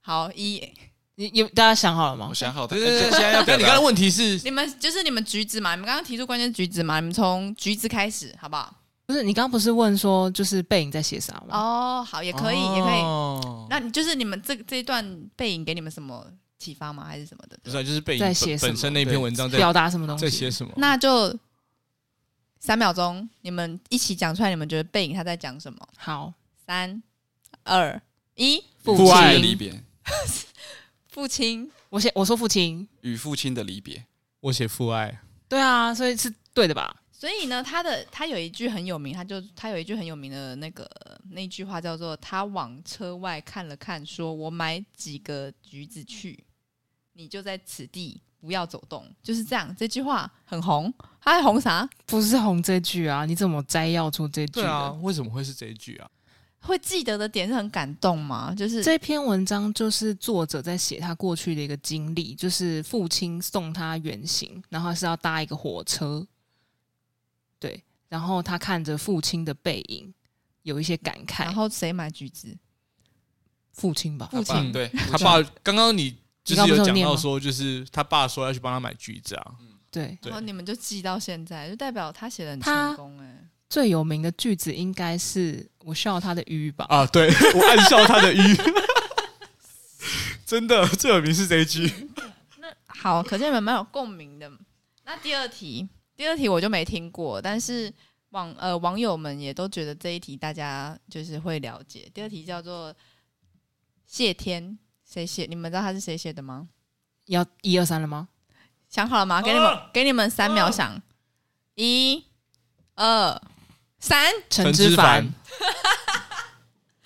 好，一你你大家想好了吗我？想好的，哦对哎对对，这现在要跟表达你刚才问题是你们就是你们橘子嘛，你们刚刚提出关键是橘子嘛，你们从橘子开始好不好？不是，你刚刚不是问说就是背影在写啥吗？哦，好，也可以，也可以。以那你就是你们这这一段背影给你们什么启发吗？还是什么的？不是啊，就是背影在写本什么本身那篇文章在表达什么东西？在写什么？那就三秒钟，你们一起讲出来，你们觉得背影他在讲什么？好，三、二、一，父父爱的亲离，别，父亲。我写我说父亲，与父亲的离别，我写父爱，对啊，所以是对的吧？所以呢，他的他有一句很有名，他就他有一句很有名的那个那句话叫做“他往车外看了看，说我买几个橘子去，你就在此地不要走动”，就是这样。这句话很红，他在红啥？不是红这句啊，你怎么摘要出这句对的？啊，为什么会是这一句啊？会记得的点是很感动吗？就是这篇文章就是作者在写他过去的一个经历，就是父亲送他远行，然后是要搭一个火车，对，然后他看着父亲的背影，有一些感慨。然后谁买橘子？父亲吧，父爸亲对他爸刚刚你就是有讲到说，就是他爸说要去帮他买橘子啊，对，对然后你们就记到现在，就代表他写的很他成功哎、最有名的句子应该是“我笑他的鱼”吧？啊，对 <laughs> 我暗笑他的鱼，真的最有名是这一句，好，可见你们蛮有共鸣的。那第二题，第二题我就没听过，但是网呃网友们也都觉得这一题大家就是会了解。第二题叫做谢天，谁写？你们知道他是谁写的吗？要一二三了吗？想好了吗？给你们、呃啊给你们三秒想，一、二、三。陈之之凡凡哦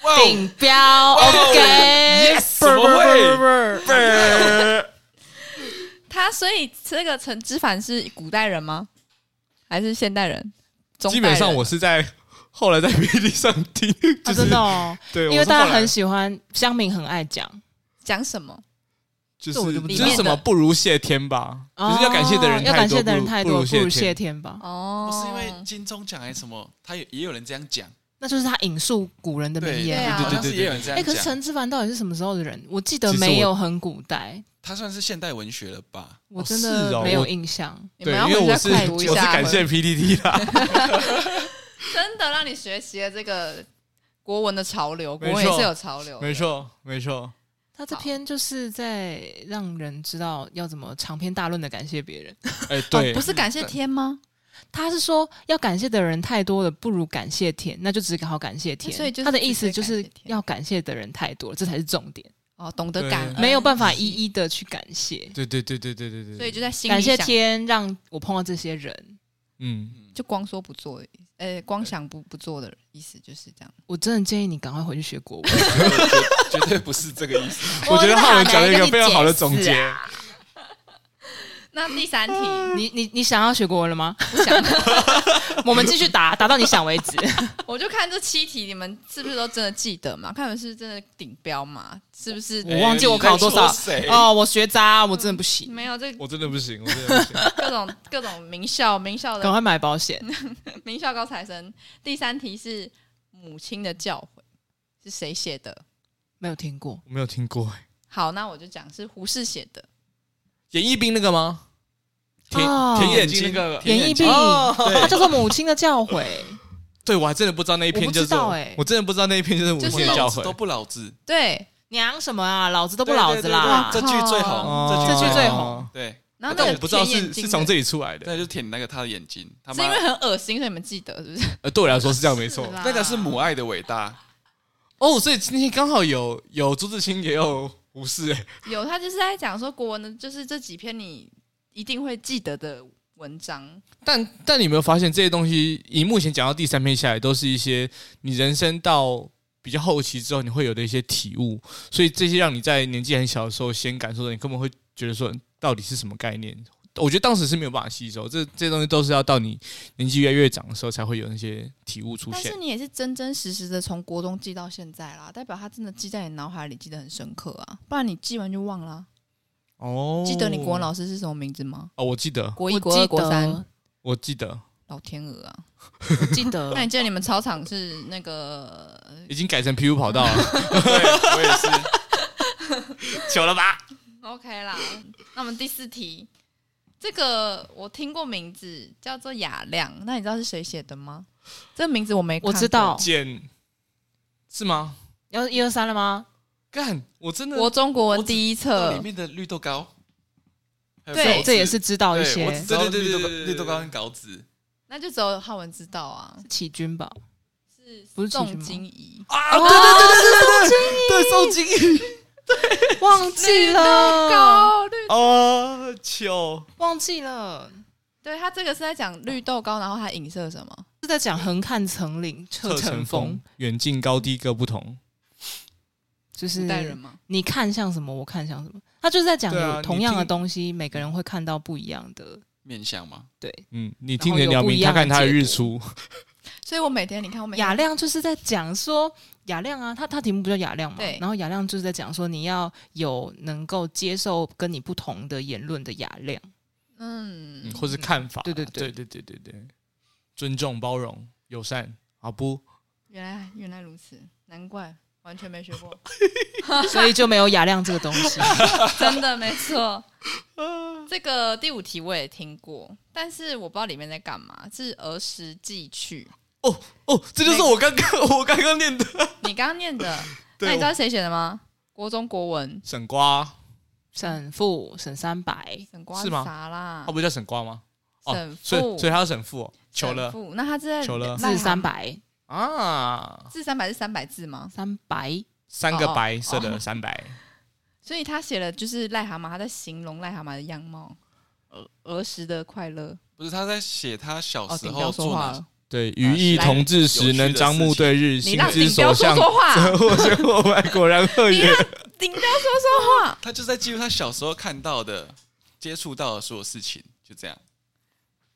哇顶标，OK，怎么会？ <laughs> 他所以这个陈之凡是古代人吗？还是现代人？中代基人本上我是在后来在 <laughs> PPT 上听，就啊，是、真的哦，对，因为大家很喜喜欢，乡民很爱讲，讲什么？就这我是就不知就道是什么不如谢天吧，就是要感谢的人哦要感谢的人太太多，多，不不如如谢谢天。天吧。哦不是因为金钟奖还是什么，他也也有人这样讲，那就是他引述古人的名对言对啊啊。好像对对是对对也有人这哎、样可是讲，陈之凡到底是什么时候的人？我记得其实我没有很古代，他算是现代文学了吧？ <laughs> 我真哦是哦的没我有印象。你对，们要因回为我家是快我读一是下。感谢 PPT 啦， <laughs> 真的让你学习了这个国文的潮流，没错国文也是有潮流的。哦没错没错，他这篇就是在让人知道要怎么长篇大论的感谢别 <laughs> 人。哎、哦对不，是感谢天吗？他是说要感谢的人太多了，不如感谢天，那就只好感谢天。所以就是他的意思就是直接感谢天要感谢的人太多了，这才是重点，哦，懂得感恩，对没有办法一一的去感谢。对对对对对对对，所以就在心里感谢想，天让我碰到这些人，嗯，嗯，就光说不做，呃，光想不不做的意思就是这样。我真的建议你赶快回去学国文。绝对不是这个意思。 <laughs> 我觉得浩文讲了一个我真的好难跟你非常好的总解释结啊。那第三题，你你你想要学国文了吗？不想，我们继续答，答到你想为 <laughs> 止。我就看这七题，你们是不是都真的记得嘛？看你们是真的顶标嘛？是不是？我忘记我考多少哎你在说谁哦，我学渣，我真的不行，没有这我真的不行，我真的不行。<laughs> 各种各种名校，名校赶的快买保 <laughs> 险。名校高材生。第三题是母亲的教诲，是谁写的？没有听过，我没有听过、欸，好，那我就讲是胡适写的。演艺兵那个吗？田哦田眼睛那个哦田演哦眼艺睛病，对它叫做母亲的教诲。对我还真的不知道那一篇我不叫知道做，欸我真的不知道那一篇就是母亲就是的教老子都诲。不老子，对，娘什么啊，老子都不老子啦对对对对！这句最哇红，这句句最最红，红对，然后那但个哦我不知道舔眼是睛是的从这里出来的。对，就舔那个他的眼睛，他是妈因为很恶心，所以你们记得是不 <laughs> 是？呃，对我来说是这样没错是。啦那个是母爱的伟大，哦，所以今天刚好有有朱自清，也有胡适，哎有，他就是在讲说国文的，就是这几篇你一定会记得的文章。但但你有没有发现这些东西，以目前讲到第三篇下来，都是一些你人生到比较后期之后你会有的一些体悟，所以这些让你在年纪很小的时候先感受到，你根本会觉得说到底是什么概念。我觉得当时是没有办法吸收，这这些东西都是要到你年纪越来越长的时候才会有那些体悟出但现是。你也是真真实实的从国中记到现在啦，代表他真的记在你脑海里记得很深刻啊，不然你记完就忘了啊、哦记得你国文老师是什么名字吗？哦，我记得，国我一、国二、记国得三，，我记得，老天鹅啊！我记得 <laughs> 呃那你记得你们操场是那个？呃已经改成 PU 跑道了，对我也是。 <laughs> 糗了 <laughs> 吧？ OK 啦，那我们第四题，这个我听过名字叫做雅亮，那你知道是谁写的吗？这个名字我没看我过知道，简是吗？要一二三了吗？干，我真的国中国我文只第一那册里，面的绿豆糕，还有呃对稿这纸这也是知道一对，我些只知道对对对绿豆糕对对对绿豆糕跟稿纸那就只有浩文知道啊，起军吧，是不是齐宋君吗金怡。啊，对对对对对对，对，受惊忘记了，高绿，哦，糗，忘记了，对他这个是在讲绿豆糕，然后他影射什么？是在讲横看成岭侧成峰，，远近高低各不同。就古是代人吗？你看像什么，我看像什么，他就是在讲对啊有同样你的听东西，每个人会看到不一样的，面相嘛，对。嗯，你然听后人有聊不一明，他样的看他的解日读出，所以我每天你看我每天雅亮就是在讲说雅亮啊，他他题目不叫雅亮嘛对，然后雅亮就是在讲说你要有能够接受跟你不同的言论的雅 <laughs> 亮，嗯嗯， <laughs> 或是看法，对对对对对对对对，尊重、包容、友善，好不？原来原来如此，难怪完全没学过，所以就没有雅亮这个东西。 <laughs> <laughs> 真的没错。这个第五题我也听过，但是我不知道里面在干嘛，是儿时记趣。哦，这就是我刚刚我刚刚念的你刚刚念的，对那你知道谁写的吗？国中国文，沈瓜，沈父沈三白，沈瓜是吗啥啦他？不叫沈瓜吗？哦沈所以复所以，他叫沈复哦，求沈了复。那他是在求了字三，百啊，字三百是三百字吗？三白，三个哦哦白色哦的三白，所以他写了就是癞蛤蟆，他在形容癞蛤蟆的样貌，呃儿儿时的快乐。不是他在写他小哦，时顶候标说做话哪了，对，羽翼来同治有时，趣能的张事目情对日，你心让之顶所标说向。<laughs> 说话，我先我外果然赫你远。让顶标说说话。他就是在记录他小时候看到的、接触到的所有事情，就这样。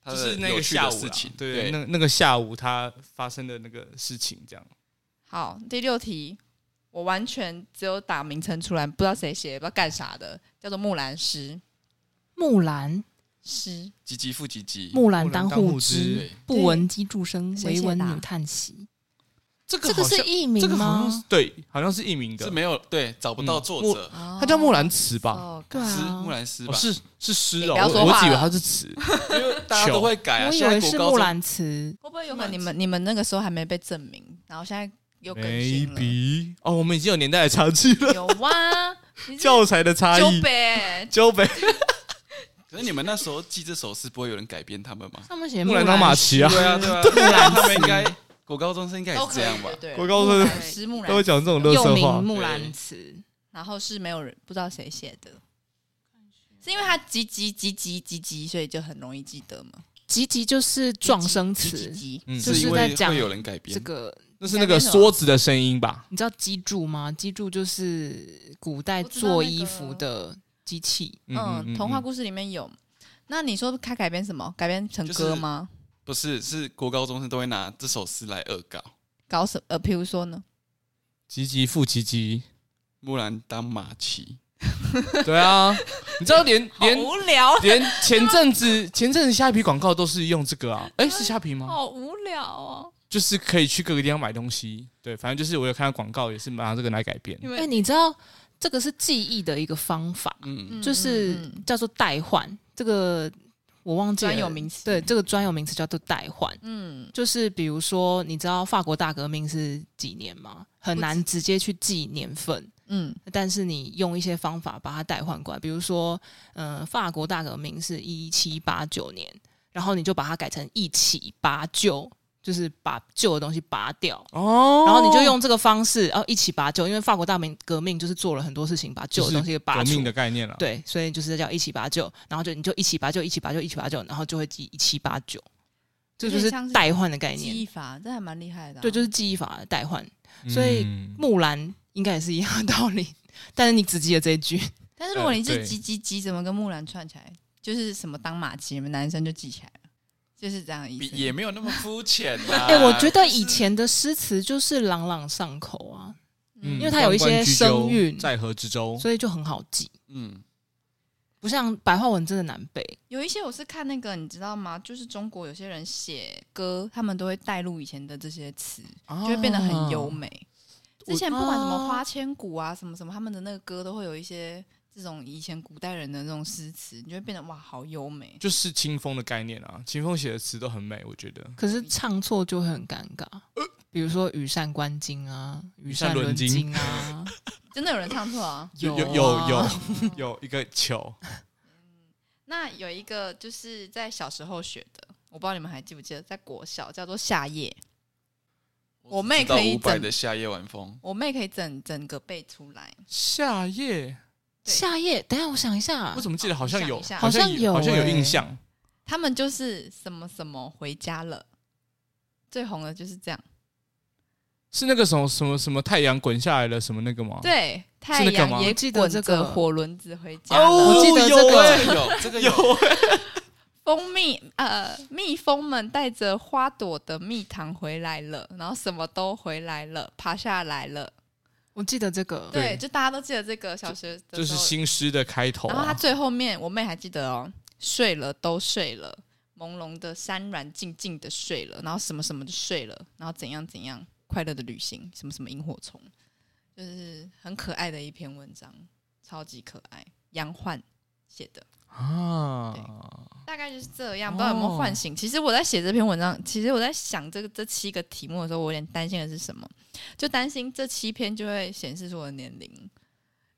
他就的是那有个趣下的午啦事情，对，那那个下午他发生的那个事情，这样好，第六题，我完全只有打名称出来，不知道谁写，不知道干啥的，叫做木兰诗。木兰诗，吉吉复吉吉，木兰当当户户织织对，不闻机杼声，谁惟写闻的啊女叹息。这个这个是艺名这个好像是吗？对，好像是艺名的是，没有对找不嗯到作者，他他叫木兰辞吧？哦，对诗啊木，兰诗哦，吧，是是诗哦，你不要我说我话只以为了他是词， <laughs> 因为大家都会改啊。我以现在为国是高木中兰辞，会不会有可能你们你们那个时候还没被证明，然后现在又更新了？ maybe 哦，我们已经有年代的差距了， <laughs> 有啊，你是教材的差九异，北 <laughs> 交北可是你们那时候记这首诗，不会有人改编他们 <laughs> 吗？上面写木兰当马诗骑啊，对啊，对啊，木兰他们应该国高中生应该也都是可这样吧以，？对，国高中生诗木都会兰，讲这种乐又色名话，木对兰辞。然后是没有人不知道谁写的，是因为他急急急急急急，所以就很容易记得嘛。吉吉就是撞声急急词，急，嗯，就是因在为讲会有人改编这，个那是那个梭子的声音吧？你知道机柱吗？机柱就是古代我知道那做个衣服的机器，嗯，童话故事里面有。那你说他改编什么？改编成歌吗？不是是国高中生都会拿这首诗来恶搞。搞什呃，譬如说呢？吉吉复吉吉，木兰当马骑，对啊，你知道连好连哦无聊，连前阵子前阵子虾皮广告都是用这个啊，哎，是虾皮吗？好无聊哦！就是可以去各个地方买东西。对，反正就是我有看到广告，也是拿这个来改编你。哎、们你知道这个是记忆的一个方法，嗯，嗯就是嗯嗯叫做代换。这个我忘记了专有名词，对，，这个专有名词叫做代换。嗯，就是比如说，你知道法国大革命是几年吗？很难直接去记年份，嗯但是你用一些方法把它代换过来，比如说，呃，法国大革命是一七八九年，然后你就把它改成一起拔旧，就是把旧的东西拔掉。哦然后你就用这个方式，然后一起拔旧，因为法国大明革命就是做了很多事情，把旧的东西给拔革出命的概念了。，对，所以就是叫一起拔旧，然后就你就一起拔旧，一起拔旧，一起拔旧，然后就会记一七八九，这就有是点像是代换的概记忆念，法这还蛮厉害的啊、对，就是是记忆法的代换。所以嗯嗯木兰应该也是一样的道理， <laughs> 但是你只记得这一句，但是如果你呃是对鸡鸡鸡，怎么跟木兰串起来？就是什么当马骑，你们男生就记起来了，就是这样的意 <laughs> 比思。也没有那么肤浅啦。哎、我觉得以前的诗词就是朗朗上口啊，嗯因为它有一些声关关雎韵鸠在河之洲。所以就很好记，嗯，不像白话文真的难背。有一些我是看那个，你知道吗？就是中国有些人写歌，他们都会带入以前的这些词，啊就会变得很优美。我之前不管什么哦花千骨啊，什么什么，他们的那个歌都会有一些这种以前古代人的那种诗词，你就会变得哇，好优美。就是清风的概念啊，清风写的词都很美，我觉得。可是唱错就会很尴尬，比如说羽扇纶巾啊，羽扇扇纶纶巾巾啊，真的有人唱错啊？ <laughs> 有有啊有有一个球， <laughs> 那有一个就是在小时候学的，我不知道你们还记不记得，在国小叫做夏夜，我妹可以五百整的夏夜晚 <laughs> 风，我妹可以整整个背出来。夏夜，对夏夜，等一下我想一下我，怎么记得好像有想一，下像有，好好像像有有欸印象。他们就是什么什么回家了，最红的就是这样。是那个什么什么什么太阳滚下来了什么那个吗？，对，太哦那个阳吗也我记得滚这着个火轮子回家了。哦，我记得这个有欸有这个有，蜂蜜呃，蜜蜂们带着花朵的蜜糖回来了，然后什么都回来了，爬下来了。我记得这个，对对，就大家都记得这个小学的这时是候。新诗的开头然后他啊。最后面，我妹还记得哦，睡了都睡了，朦胧的山峦静静的睡了，然后什么什么的睡了，然后怎样怎样快乐的旅行，什么什么萤火虫，就是很可爱的一篇文章，超级可爱，杨焕写的。啊，大概就是这样，不知道有没有唤醒。其实我在写这篇文章，其实我在想这个这七个题目的时候，我有点担心的是什么？就担心这七篇就会显示出我的年龄，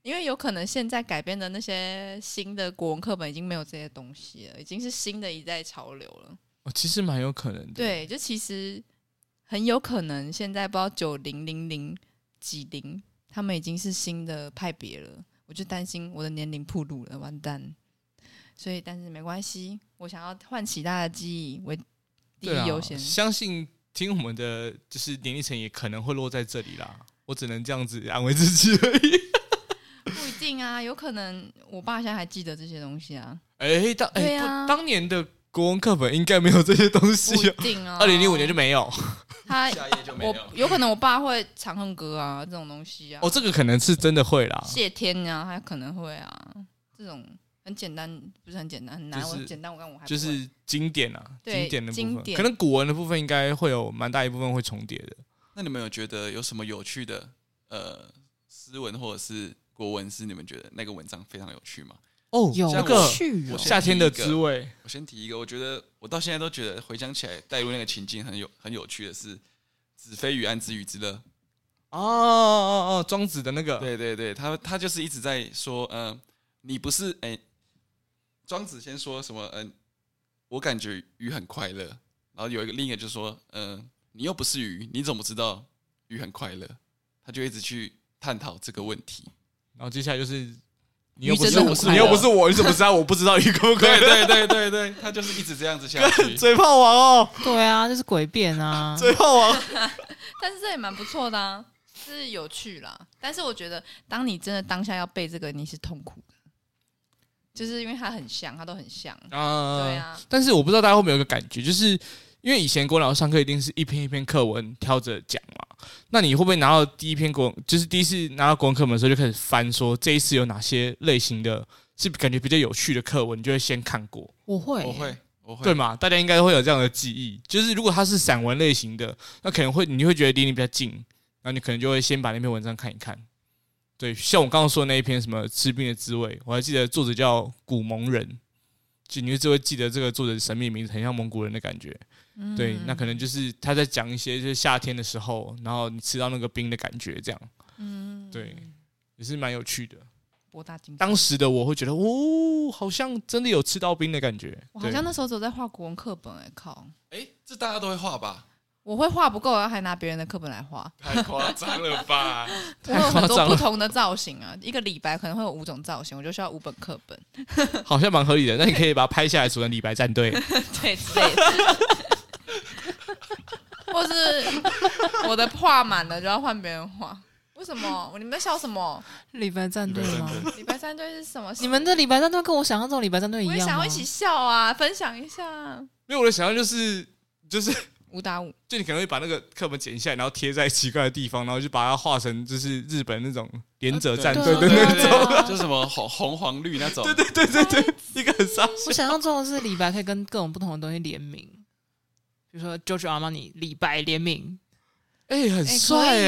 因为有可能现在改编的那些新的国文课本已经没有这些东西了，已经是新的一代潮流了。哦其实蛮有可能的。，对，就其实很有可能现在不知道九零零零几零，他们已经是新的派别了。我就担心我的年龄暴露了，完蛋。所以，但是没关系，我想要唤起大家的记忆为第对啊一优先。相信听我们的就是年龄层也可能会落在这里啦。我只能这样子安慰自己而 <laughs> 已。不一定啊，有可能我爸现在还记得这些东西啊，哎，当对哎啊不当年的国文课本应该没有这些东不西一 <laughs> 哦。定 <laughs> 啊。二零零五年就没有他，夏夜就没我有。有可能我爸会长恨歌啊这种东西啊，哦，这个可能是真的会啦。谢天啊，他可能会啊，这种很简单，不是很简单，很难。就是我简单，我刚我还不就会是经典啊，对经典的部经分，典可能古文的部分应该会有蛮大一部分会重叠的。那你们有觉得有什么有趣的呃诗文或者是国文是你们觉得那个文章非常有趣吗？哦有那个趣我哦，先夏天的滋味，我先提一个，我觉得我到现在都觉得回想起来带入那个情境很有很有趣的是“子非鱼安知鱼之乐哦哦哦，庄子的那”。个，对对对，他他就是一直在说，呃，你不是哎，庄子先说什么？嗯、我感觉鱼很快乐，然后有一个另一个就说，嗯，你又不是鱼，你怎么知道鱼很快乐？他就一直去探讨这个问 <laughs> 题。然后接下来就是你又不真是的我很快你乐又不是我，你怎么知道我不知道鱼快不快对乐？。对对对对，他就是一直这样子下 <laughs> 去嘴炮王哦，对啊，这是诡 <laughs> 辩啊，嘴炮王，但是这也蛮不错的啊，是有趣啦。但是我觉得，当你真的当下要背这个，你是痛苦的，就是因为它很像，它都很像。啊对。啊，但是我不知道大家会不会有一个感觉，就是因为以前国文老师上课一定是一篇一篇课文挑着讲嘛，那你会不会拿到第一篇国文，就是第一次拿到国文课本的时候就开始翻，说这一次有哪些类型的是感觉比较有趣的课文，你就会先看过，我会，我会，我会对。嘛？大家应该会有这样的记忆，就是如果它是散文类型的，那可能会你会觉得离你比较近，然后你可能就会先把那篇文章看一看。对，像我刚刚说的那一篇什么《吃冰的滋味》，我还记得作者叫古蒙人，就你就只会记得这个作者神秘名字，很像蒙古人的感觉。嗯对，那可能就是他在讲一些就是夏天的时候，然后你吃到那个冰的感觉，这样。嗯对，也是蛮有趣的。博大精深。当时的我会觉得，哦，好像真的有吃到冰的感觉。我好像那时候只有在画国文课本、哎靠！哎，这大家都会 <laughs> 画吧？我会画不够，然后还拿别人的课本来画。太夸张了 <laughs> 吧！我太有很夸多张不了，同的造型啊，一个李白可能会有五种造型，我就需要五本课本，好像蛮合理的。那你可以把它拍下来，组成李白战队。对之类 <laughs> 的。或是我的画满了就要换别人画，为什么？你们在笑什么？礼拜战队吗？礼拜三队是什么？你们的礼拜战队跟我想象中的礼拜战队一我样也吗？想要一起笑啊，分享一下没有，我的想象就是就是五打五。就你可能会把那个课本剪下来，然后贴在奇怪的地方，然后就把它画成就是日本那种连者战队的对 <laughs> 那啊种。对啊就什么红红黄绿那种，对对对对对，一个很傻我想象中的是李白可以跟各种不同的东西联名，比如说 Giorgio Armani 李白联名。哎、很哎帅可以哎、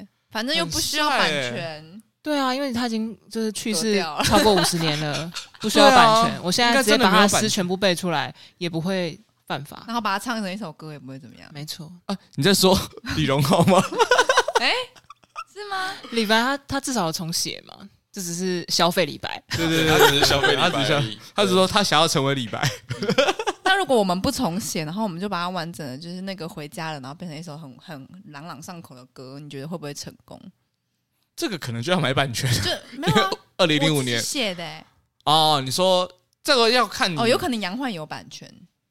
耶，反正又不需要很版帅耶权，对啊，因为他已经就是去得世掉了超过五十年了，不需要版权。对啊我现在直接应该真的把没有版他的权诗全部背出来，也不会犯法。然后把它唱成一首歌也不会怎么样，没错，啊！你在说李荣浩吗？哎是吗？李白他他至少有重写嘛，这只是消费李白。对对他对，只是消费李他白只是而已他只说他想要成为李白，那如果我们不重写，然后我们就把它完整的，就是那个回家了，然后变成一首很很朗朗上口的歌，你觉得会不会成功？这个可能就要买版权。就没有啊， <laughs> 二零零五我自己年写的欸、哦，你说这个要看你哦，有可能杨焕有版权，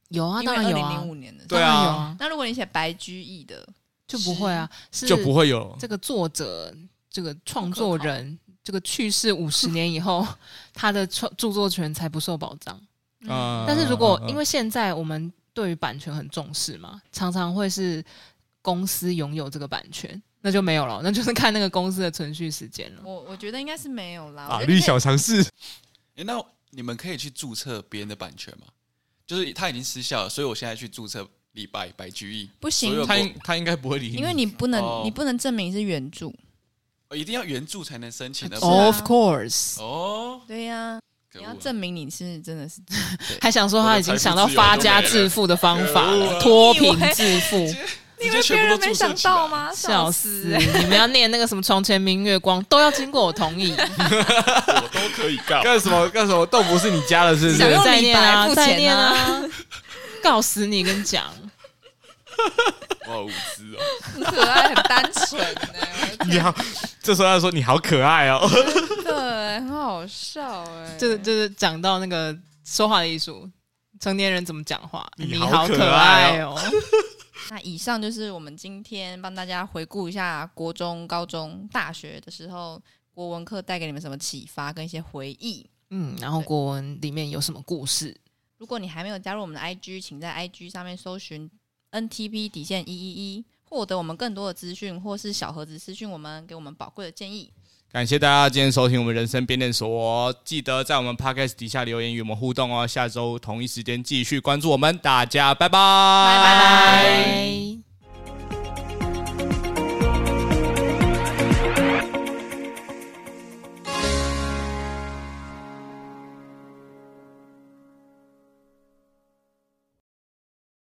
有啊，因当为二然零有啊零，五年的时候。对啊当然有啊，那如果你写白居易的，就不会啊，是就不会有这个作者、这个创作人、这个去世五十年以后， <laughs> 他的创著作权才不受保障。啊、但是如果因为现在我们对于版权很重视嘛，常常会是公司拥有这个版权，那就没有了，那就是看那个公司的存续时间了。我我觉得应该是没有啊啦。我法觉得你律可以啊小常识，诶那你们可以去注册别人的版权吗？就是他已经失效了，所以我现在去注册李白、白居易，不所行有，他应他应该不会理因为你不能、哦你不能证明是原著。哦一定要原著才能申请的是啊哦 Of course，哦，对呀、可你恶要啊证明你是真的是还想说他已经想到发家致富的方法了，脱贫致富， <laughs> 直接全部都注册起来。吗？笑死！你们要念那个什么“床前明月光”，都要经过我同意。我都可以告。干什么干什么豆腐是你家的，是不想是要？用再李念白啊，付再钱念啊啊， <laughs> 告死你！跟你讲，哇，无知哦！很可爱，很单纯 <laughs> 呢、 <laughs> 你好，这时候他说你好可爱哦，真的 <laughs> 很好笑哎、就是就是讲到那个说话的艺术，成年人怎么讲话，你你好好可可爱爱哦。那以上就是我们今天帮大家回顾一下国中、高中、大学的时候国文课带给你们什么启发跟一些回忆。嗯，然后对国文里面有什么故事？如果你还没有加入我们的 IG，请在 IG 上面搜寻 NTP 底线一一一，获得我们更多的资讯，或是小盒子私讯我们，给我们宝贵的建议。感谢大家今天收听我们人生变电所哦，记得在我们 podcast 底下留言与我们互动哦。下周同一时间继续关注我们，大家拜拜，拜拜拜。